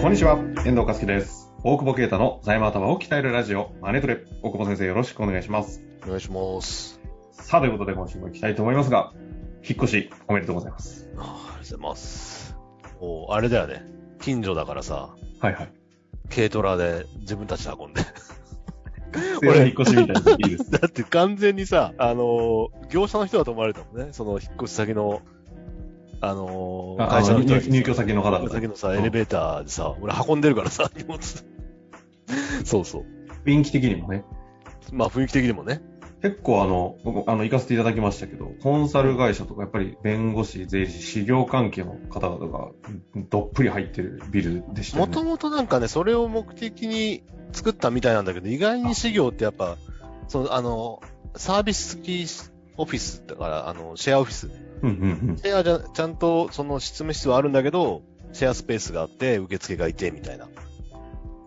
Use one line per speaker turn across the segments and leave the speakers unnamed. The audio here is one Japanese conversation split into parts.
こんにちは、遠藤和樹です。大久保啓太の財務頭を鍛えるラジオ、マネトレ。大久保先生、よろしくお願いします。
お願いします。
さあ、ということで今週も行きたいと思いますが、引っ越しおめでとうございます。
あありがとうございます。もう、あれだよね。近所だからさ、
はいはい。
軽トラで自分たちで運んで。
俺引っ越しみたいでいいです。
だって完全にさ、あのー業者の人だと思われたもんね。その引っ越し先の、 あのー
あ
会社の人
入入居先の方々
入居先のさ、
うん
エレベーターでさ、俺運んでるからさ、荷物。 そうそう。
雰囲気的にもね。
まあ雰囲気的にもね。
結構あの、僕、あの、行かせていただきましたけど、コンサル会社とか、やっぱり弁護士、税理士、修行関係の方々が、どっぷり入ってるビルでしたよ
も
ね
と。もとなんかね、それを目的に作ったみたいなんだけど、意外に事業ってやっぱ、そのあの、サービス付きオフィスだから、あの、シェアオフィス。
うんうんうん。
シェアじゃ、ちゃんとその執務室はあるんだけど、シェアスペースがあって、受付がいて、みたいな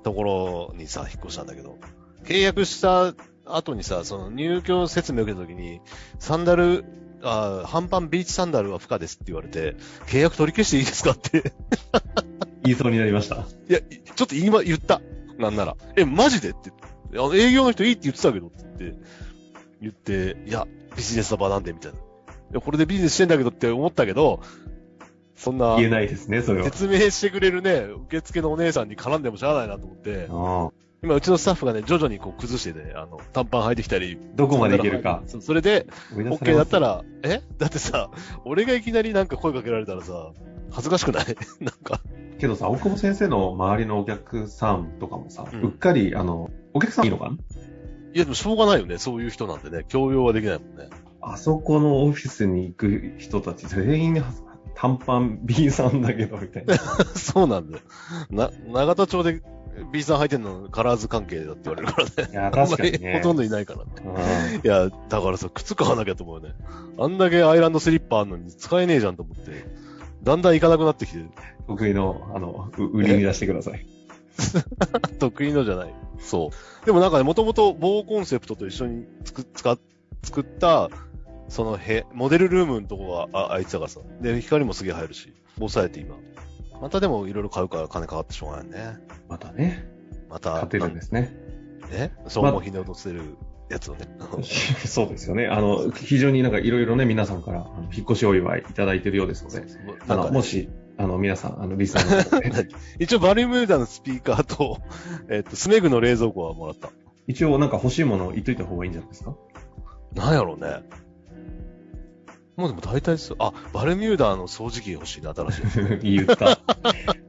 ところにさ、引っ越したんだけど、契約した後にさ、その入居説明を受けた時に、サンダル、あー半パンビーチサンダルは不可ですって言われて、契約取り消していいですかって
言いそうになりました。
いや、いちょっと今言った。なんなら。え、マジでって言って。あの、営業の人いいって言ってたけどって言って、言って、いや、ビジネスの場なんで、みたいな。いや、これでビジネスしてんだけどって思ったけど、そんな
言、えないですね、それは。
説明してくれるね、受付のお姉さんに絡んでもしゃあないなと思って、
ああ
今、うちのスタッフがね、徐々にこう崩してね、あの、短パン履いてきたり、
どこまでいけるか。
そうそれで、
追い出され
OK だ
ま
っ
す
たら、えだってさ、俺がいきなりなんか声かけられたらさ、恥ずかしくない なんか。
けどさ、大久保先生の周りのお客さんとかもさ、う
うん
っかり、あの、お客さんいいのかない
や、でもしょうがないよね。そういう人なんでね。強要はできないもんね。
あそこのオフィスに行く人たち全員短パン B さんだけど、みたい な。
そうなんだよ。な、長田町で B さん履いてんのカラーズ関係だって言われるからね。
いや、確かに
あんまり
ね。
ほとんどいないからね。
うん
いや、だからさ、靴買わなきゃと思うよね。あんだけアイランドスリッパあんのに使えねえじゃんと思って。だんだん行かなくなってきて、
得意の、あの、う売りに出してください。
得意のじゃない。そう。でもなんかね、もともと某コンセプトと一緒に作っ、使っ、作った、そのへ、モデルルームのとこがああいつだからさ。で、光もすげえ入るし、抑えて今。またでもいろいろ買うから金かかってしょうがないね。
またね、
また、
勝てるんですね。
ね、そう思うひね落とせるやつをね。
そうですよね。あの、非常になんかいろいろね、皆さんから、あの引っ越しお祝いいただいてるようですので、あ
なん
の、
か
も
ね、
し、あの、皆さん、あの、リスナーの方で、
一応バリュームーダーのスピーカーと、えっと、スネグの冷蔵庫はもらった。
一応なんか欲しいものを言っといた方がいいんじゃないですか
なんやろうね。もうでも大体です。あ、バルミューダーの掃除機欲しいな、新しい。
言った。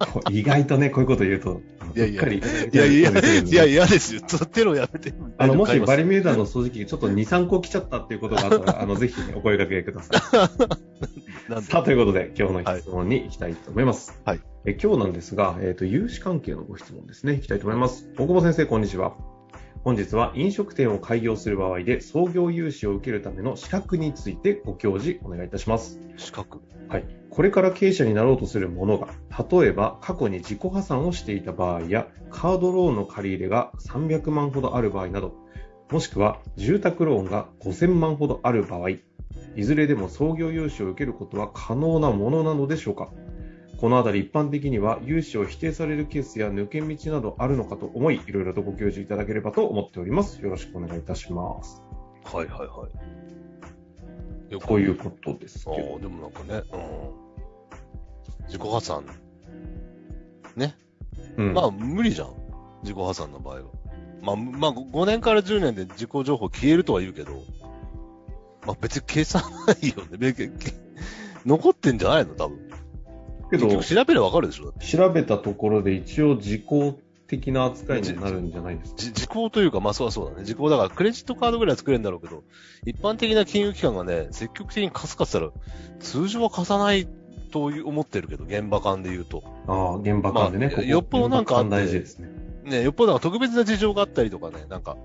こう意外とね、こういうこと言うと、
いやいや
うっかり。
いやい や、いや、
や。
嫌ですよ。ちょっとテロやめて。
あの、もしバ
リ
リミューダの掃除機、ちょっと2、3個来ちゃったっていうことがあった ら、あの、ぜひねお声掛けください。
なんで
さあ、ということで、今日の質問に行きたいと思います。
はい。
え今日なんですが、えっ、と、融資関係のご質問ですね、行きたいと思います。大久保先生、こんにちは。本日は飲食店を開業する場合で創業融資を受けるための資格についてご教示お願いいたします。
資格。
はい、これから経営者になろうとする者が例えば過去に自己破産をしていた場合やカードローンの借り入れが300万ほどある場合などもしくは住宅ローンが5000万ほどある場合いずれでも創業融資を受けることは可能なものなのでしょうかこのあたり一般的には融資を否定されるケースや抜け道などあるのかと思いいろいろとご教授いただければと思っておりますよろしくお願いいたします
はいはいはい。よ
ということです
あ
けど
あ、でもなんかね、うん。自己破産。
うん
まあ、無理じゃん。自己破産の場合は。まあ、まあ、5年から10年で自己情報消えるとは言うけど、まあ別に消さないよね。 別に残ってんじゃないの多分。
けど
結局調べればわかるでしょだって
調べたところで一応時効的な扱いになるんじゃないですか。
じ時効というか、まあそうはそうだね。時効だから、クレジットカードぐらいは作れるんだろうけど、一般的な金融機関がね、積極的に貸すかって言ったら、通常は貸さないという思ってるけど、現場間で言うと。
ああ、現場間でね、
まあ
ここ
よっぽどなんかあって
現場間大事ですね。
ね、よっぽどなんか特別な事情があったりとかね、なんか、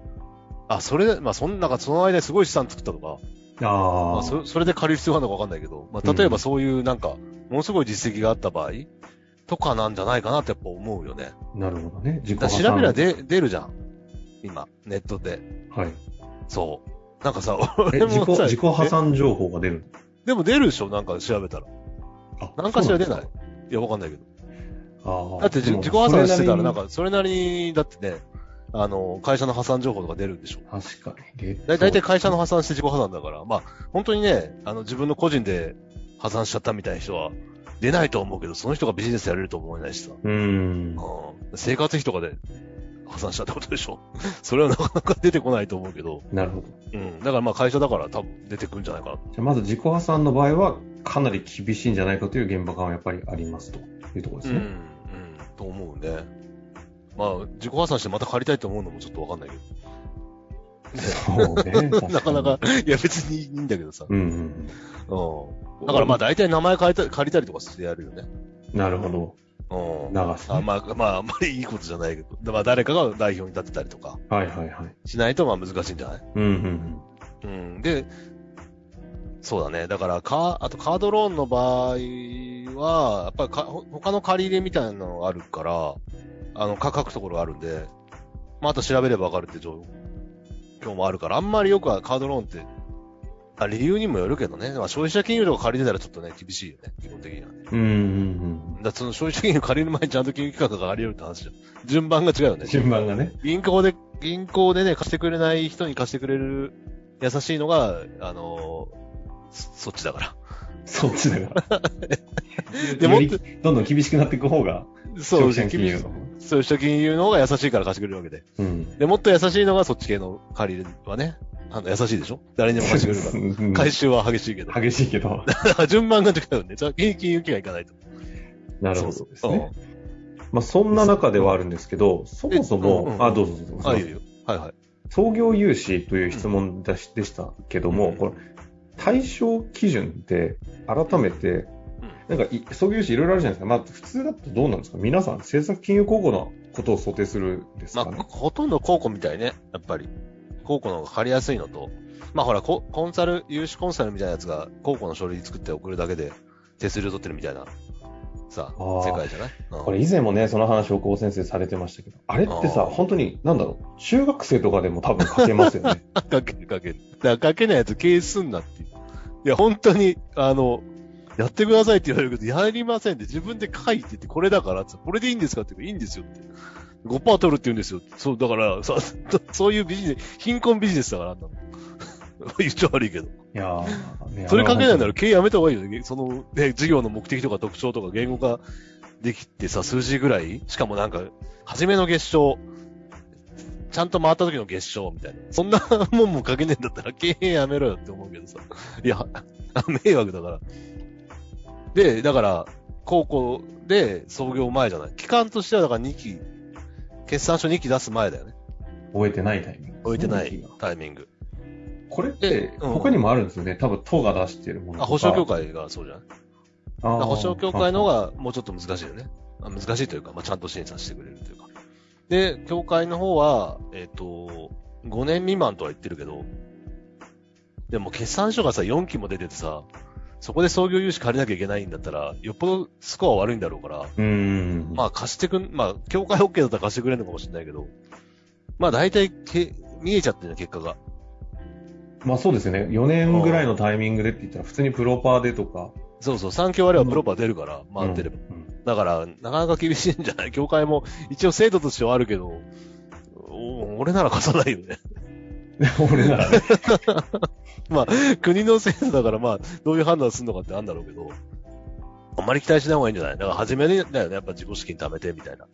あ、それ、まあそんなんかその間にすごい資産作ったとか、ま
あ
あ、
あ、
そそれで借りる必要があるのかわかんないけど、まあ、例えばそういうなんか、ものすごい実績があった場合とかなんじゃないかなってやっぱ思うよね。
なるほどね。自己
だ
破
か
産
ら調べりゃで出るじゃん。今、ネットで。
はい。
そう。なんかさ、
え、
俺
自
も
己、
さ、
自己破産情報が出る。
えでも出るでしょなんか調べたら。
あ
なんかしら出ない
そう
いや、わかんないけど。
んですかああ
だってじ自己破産してたら、なんか、それなりに、だってね、あの、会社の破産情報とか出るんでしょ。
確かに。
だ大体会社の破産して自己破産だから、まあ、本当にね、あの、自分の個人で破産しちゃったみたいな人は出ないと思うけど、その人がビジネスやれると思えないしさ。
うーん。
うん生活費とかで破産したってことでしょ それはなかなか出てこないと思うけど。
なるほど。
うん。だからまあ会社だから多分出てくるんじゃないかな。
じゃあまず自己破産の場合は、かなり厳しいんじゃないかという現場感はやっぱりありますというところです
うん。う
ね。
ん。と思うね。まあ、自己破産してまた借りたいと思うのもちょっとわかんないけ
そうね。
ど。
確
なかなか。、 いや別にいいんだけどさ。
うんうん
うん。だからまあ大体名前変えた借りたりとかしてやるよね。
うん。なるほど。
うん。
流す、
あ
ね。
まあ、まあ、あんまりいいことじゃないけど、まあ、誰かが代表に立ってたりとか
はいはいはい。
しないと、まあ、難しいんじゃない
うんうん
うん。で、そうだね。だから、か、あとカードローンの場合は、やっぱりか、ほ他の借り入れみたいなのがあるから、あの、か書くところがあるんで、まあ、あと調べればわかるって状況もあるから、あんまりよくはカードローンって、あ理由にもよるけどね。まあ、消費者金融とか借りてたらちょっとね、厳しいよね。基本的にはね。
うん。うんうん
だってその消費者金融借りる前にちゃんと金融機関とか借りようって話じゃん。順番が違うよ
う
ね
ん。。順番がね。
銀行で、銀行でね、貸してくれない人に貸してくれる優しいのが、あのーそそっちだから。
そっちだから。
でもっと
よりどんどん厳しくなっていく方が、
そ
消
う、
費者金融
金
の方。
融そう、初金融の方が優しいから貸してくれるわけで。
うん。
で、もっと優しいのがそっち系の借り入れはね、あの、優しいでしょ誰にでも貸してくれる か
うん
ら。回収は激しいけど。
激しいけど。
だから順番が違うよね。じゃあ、金融機関行かないと。
なるほ
そ
ど
う
です
そう
ね。まあそんな中ではあるんですけど、そもそ
えうん
も、あ、どうぞどう
うん
ぞ。
あ、いいよ。はいはい。
創業融資という質問でしでしたけども、
うん
これ対象基準って改めて、なんかい創業融資いろいろあるじゃないですか、まあ、普通だとどうなんですか、皆さん、政策金融公庫のことを想定するんです
ま
か
あ、
ね。
ほとんど高校みたいね、やっぱり。高校の方が借りやすいのと、まあほら、ココンサル、融資コンサルみたいなやつが高校の書類作って送るだけで手数料取ってるみたいな、さ、
あー
世界じゃない、うん
これ以前もね、その話を高先生されてましたけど、あれってさ、
あー
本当に、なんだろう、中学生とかでも多分書けますよね。
かけるかける。だからかけないやつ経営すんなっていう。いや、本当に、あの、やってくださいって言われるけど、やりませんって自分で書いてて、これだからって、これでいいんですかって言うからいいんですよって。5%取るって言うんですよって。そう、だから、そう、 そういうビジネス、貧困ビジネスだからあんなの。 言っちゃ悪いけど。
いやー、ね
それ関係ないな
あ
ら経営やめた方がいいよね。その、ね、事業の目的とか特徴とか言語化できてさ、数字ぐらいしかもなんか、初めの月賞、ちゃんと回った時の月賞みたいな。そんなもんも書けねえんだったら経営やめろよって思うけどさ。いや、 迷惑だから。で、だから、高校で創業前じゃない。期間としてはだから2期、決算書2期出す前だよね。
終えてないタイミング。
置いてないタイミング。
これって、
うん
他にもあるんですよね。多分、党が出してるものとか。
あ、保証協会がそうじゃない
あー。
保証協会の方がもうちょっと難しいよね。あ難しいというか、まあ、ちゃんと審査してくれるというか。で、協会の方は、えっ、と、5年未満とは言ってるけど、でも決算書がさ、4期も出ててさ、そこで創業融資借りなきゃいけないんだったら、よっぽどスコア悪いんだろうから、
うーん。
まあ貸してくん、まあ、協会 OK だったら貸してくれるのかもしれないけど、まあ大体け、見えちゃってるね、結果が。
まあそうですよね。4年ぐらいのタイミングでって言ったら、普通にプロパーでとか。
そうそう、3強あればプロパー出るから、回ってれば。
うん
だから、なかなか厳しいんじゃない 業界も、一応制度としてはあるけど、お俺なら貸さないよね。
うん俺ならね。
まあ、国の制度だから、まあ、どういう判断するのかってあるんだろうけど、あんまり期待しない方がいいんじゃないだから、初めにだよね。やっぱ自己資金貯めて、みたいな。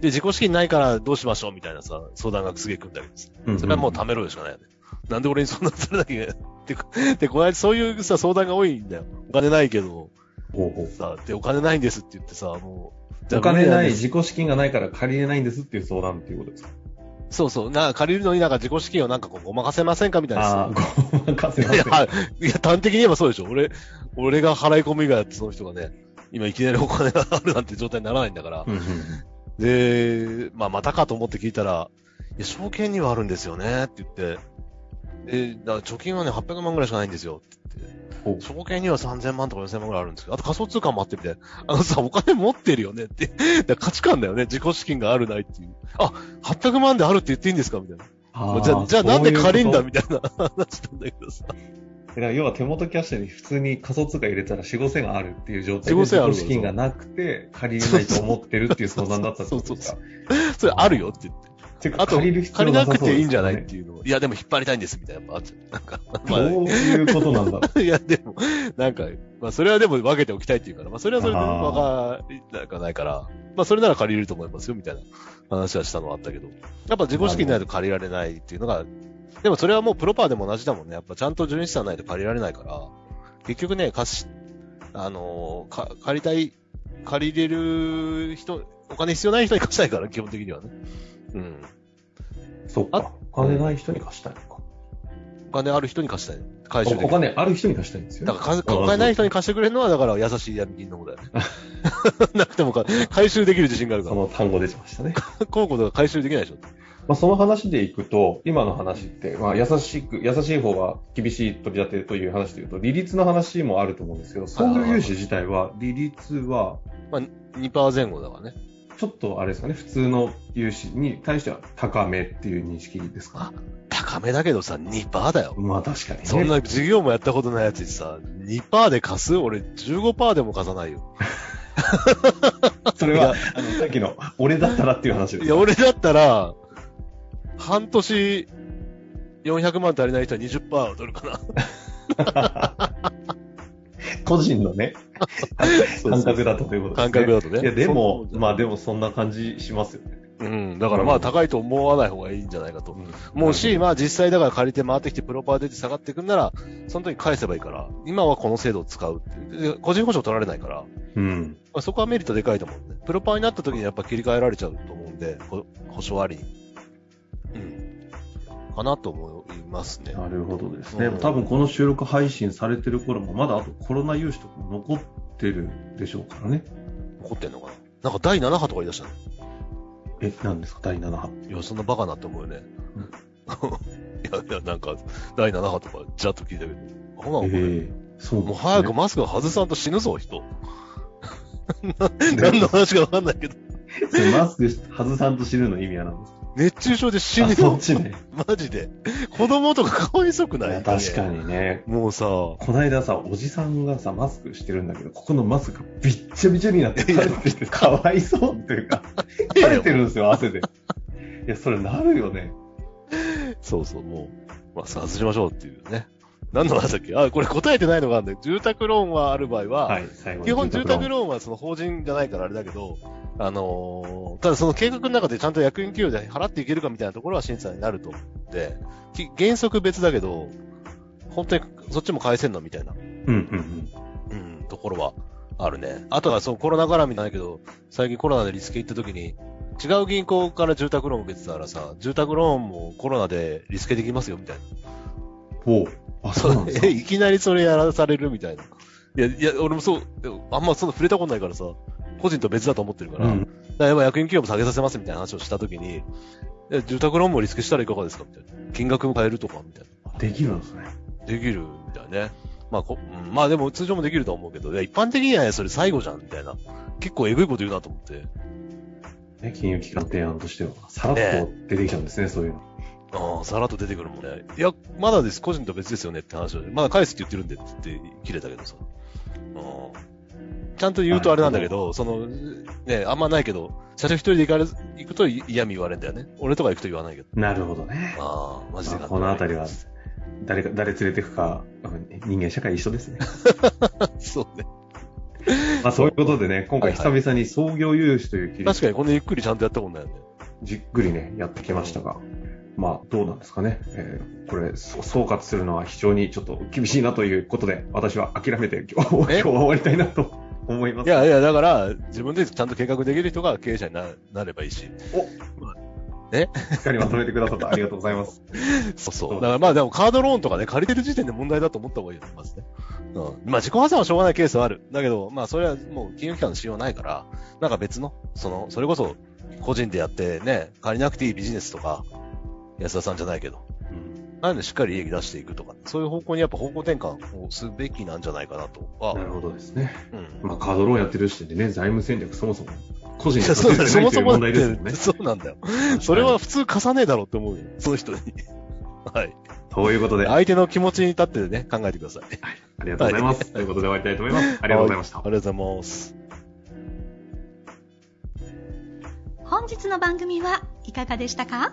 で、自己資金ないからどうしましょうみたいなさ、相談がすげえ来るんだけどさ。それはもう貯めろよしかないよね。なんで俺に相談されなきゃいけないって か、で、この間そういうさ、相談が多いんだよ。お金ないけど、
ほうほう
さ、で、お金ないんですって言ってさ、もう、じゃあ
お金
無理ん
な
で
い、
す
自己資金がないから借りれないんですっていう相談っていうことですか。
そうそう。な、借りるのになんか自己資金をなんかこうごまかせませんかみたいな
あ
さ。
あ、ごまか せま
い
せ
や
ん。、
いや、端的に言えばそうでしょ。俺、俺が払い込み以外だってその人がね、今いきなりお金があるなんて状態にならないんだから
う。んうん
で、まあまたかと思って聞いたら、いや、証券にはあるんですよねって言って、え、だから貯金はね、800万ぐらいしかないんですよって
ほ
言っ
う
て、証券には3000万とか4000万ぐらいあるんですけど、あと仮想通貨もあってみたいな。あのさ、お金持ってるよねって。 だから価値観だよね。自己資金があるないっていう。あ、800万であるって言っていいんですかみたいな。
あー
じゃあ、じゃあなんで借りんだ
そういうこ
みたいな話なんだけどさ。
とから要は手元キャッシュに普通に仮想通貨入れたら4、5千あるっていう状態
4-5
で、
千ある
資金がなくて借りれないと思ってるっていう相談だったってことですか。
それあるよって言って。
てか
あと、
借
借
りる
り
必要なさ
なく
そうですよね
ていいんじゃないっていうのを。いや、でも引っ張りたいんですみたいなのもあっちゃう。なんか、ま
どういうことなんだ ろう。
あ、いや、でも、なんか、まあ、それはでも分けておきたいっていうから、まあ、それはそれで分かりなんかないから、まあ、それなら借りれると思いますよみたいな話はしたのはあったけど、やっぱ自己資金ないと借りられないっていうのが、でもそれはもうプロパーでも同じだもんね。やっぱちゃんと純資産ないと借りられないから、結局ね、貸し、あのーか、借りたい、借りれる人、お金必要ない人に貸したいから、基本的にはね。うん。
そっか。お金ない人に貸したいのか。
お金ある人に貸したい。回収でき
お
る
お金ある人に貸したいんですよね。
だからか、お金ない人に貸してくれるのは、だから優しい闇金のことだよね。 なくてもか回収できる自信があるか
その単語出てましたね。
ら。こうことが回収できないでしょ。
まあ、その話でいくと、今の話って、まあ、優しく、優しい方が厳しい取り立てという話でいうと、利率の話もあると思うんですけど、創業融資自体は、利率は、
2%前後だからね。
ちょっとあれですかね、普通の融資に対しては高めっていう認識ですか。
高めだけどさ、2%だよ。
まあ確かにね。
そんな事業もやったことないやつにさ、2%で貸す俺15%でも貸さないよ。
それは、あのさっきの、俺だったらっていう話で
い
す
や、
ね。
俺だったら、半年400万足りない人は20%を取るかな。
個人の ね、感覚だとということですね。
感覚だとね。
いや、でも、まあでもそんな感じしますよね。
うん、だからまあ高いと思わない方がいいんじゃないかと。も
も
うし、まあ実際だから借りて回ってきてプロパー出て下がっていくんなら、その時返せばいいから、今はこの制度を使うっていう。で個人保証取られないから、ま
うん。
あ、そこはメリットでかいと思うね。プロパーになった時にやっぱ切り替えられちゃうと思うんで、ほ保証ありに。うん。かなと思いますね。
なるほどですね、
うん
多分この収録配信されてる頃も、まだあとコロナ融資とかも残ってるでしょうからね。
怒ってんのかななんか第7波とか言い出したね。
え、何ですか、第7波。
いや、そんなバカなって思うよね。 いやいや、なんか、第7波とか、じゃっと聞いたけど。ほな、
え
怒る
ーそう
もう
ですね
早くマスク外さんと死ぬぞ、人。何の話かわかんないけど。
それマスク外さんと死ぬの意味は何ですか
熱中症で死ぬ
あそ
よ
っ。ちね。
マジで。子供とかかわいそく
い
ない
や確か。にね。
もうさ、
こないださ、おじさんがさ、マスクしてるんだけど、ここのマスクがびっちゃびちゃになって垂れてて、 かわいそうっていうか、垂れてるんですよ、汗で。いや、それなるよね。
そうそう、もう、マスク外しましょうっていうね。何の話だっけあ、これ答えてないのがあるんだよ。住宅ローンはある場合は、
はい、最後
基本住宅
の。
ローンはその法人じゃないからあれだけど、あのーただその計画の中でちゃんと役員給与で払っていけるかみたいなところは審査になると思って、き原則別だけど、本当にそっちも返せんのみたいな、
うんうん
うん、ところはあるね。あとはそうコロナ絡みなんだけど、最近コロナでリスケ行った時に、違う銀行から住宅ローン受けてたからさ、住宅ローンもコロナでリスケできますよみたいな。
うん。おうあ、そうなんですか
え、。いきなりそれやらされるみたいな。いや、いや、俺もそう、でもあんまそんな触れたことないからさ、個人と別だと思ってるから、
うん
だからやっぱ役員企業も下げさせますみたいな話をしたときに、え住宅ローンもリスクしたらいかがですかみたいな。金額も変えるとかみたい
できるんですね。
な。できるみたいなね。まあこ、うんまあでも通常もできると思うけど、いや、一般的にはそれ最後じゃんみたいな。結構えぐいこと言うなと思って。
ね、金融機関提案としては、さらっと出てきたんですね、そういうの。
ああ、さらっと出てくるもんね。いや、まだです、個人と別ですよねって話を、まだ返すって言ってるんでって言って切れたけどさ。うんちゃんと言うとあれなんだけど、その、ね、あんまないけど、社長一人で行かれ、行くと嫌味言われんだよね。俺とか行くと言わないけど。
なるほどね。
ああ、マジで
まあこのあたりは。、誰か、誰連れてくか、うん人間社会一緒ですね。
そうね。
まあそういうことでね、今回久々に創業融資という切り
確かにこんなゆっくりちゃんとやったことないよね。
じっくりね、やってきましたが、まあどうなんですかね。えーこれ、そ総括するのは非常にちょっと厳しいなということで、私は諦めて今日、今
え
日は終わりたいなと思いま
い
す。
やいや、だから、自分でちゃんと計画できる人が経営者にななればいいし。
しっかりまとめてくださったありがとうございます。
そうそう。だからまあでもカードローンとかね、借りてる時点で問題だと思った方がいいよね、まずね。うん。まあ自己破産はしょうがないケースはある。だけど、まあそれはもう金融機関の使用ないから、なんか別の、その、それこそ個人でやってね、借りなくていいビジネスとか、安田さんじゃないけど、ああいうのしっかり利益出していくとか、そういう方向にやっぱ方向転換をすべきなんじゃないかなとは。
なるほどですね。
うん。
まあカードローンやってる時点でね、財務戦略そもそも個人
い
に
や
立
そう
てて
だね、そ
ない
も
とい
そう
問題ですも
もだっ
んね
て、。そうなんだよ。それは普通貸さねえだろうって思うよ。その人に。はい。
とということで、あ
相手の気持ちに立ってね、考えてください。
りがとうございます。ということで終わりたいと思います。ありがとうございました
は。ありがとうございます。
本日の番組はいかがでしたか